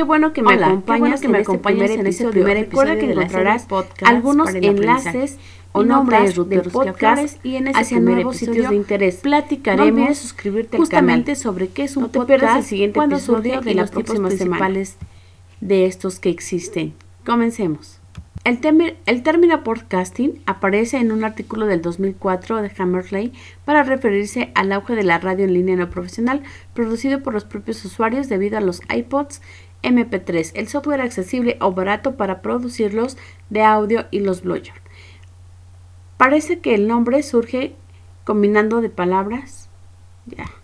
Qué bueno que me Hola, acompañas, bueno que en me acompañes este en este primer episodio. Recuerda que encontrarás podcast algunos enlaces o nombres del podcast y en este hacia nuevos sitios de interés. Platicaremos no olvides suscribirte al justamente canal. sobre qué es un no te podcast, el siguiente cuándo episodio de las próximas principales de estos que existen. Comencemos. El, el término podcasting aparece en un artículo del 2004 de Hammersley para referirse al auge de la radio en línea no profesional producido por los propios usuarios debido a los iPods MP3, el software accesible o barato para producirlos de audio y los bloggers. Parece que el nombre surge combinando de palabras. Ya. Yeah.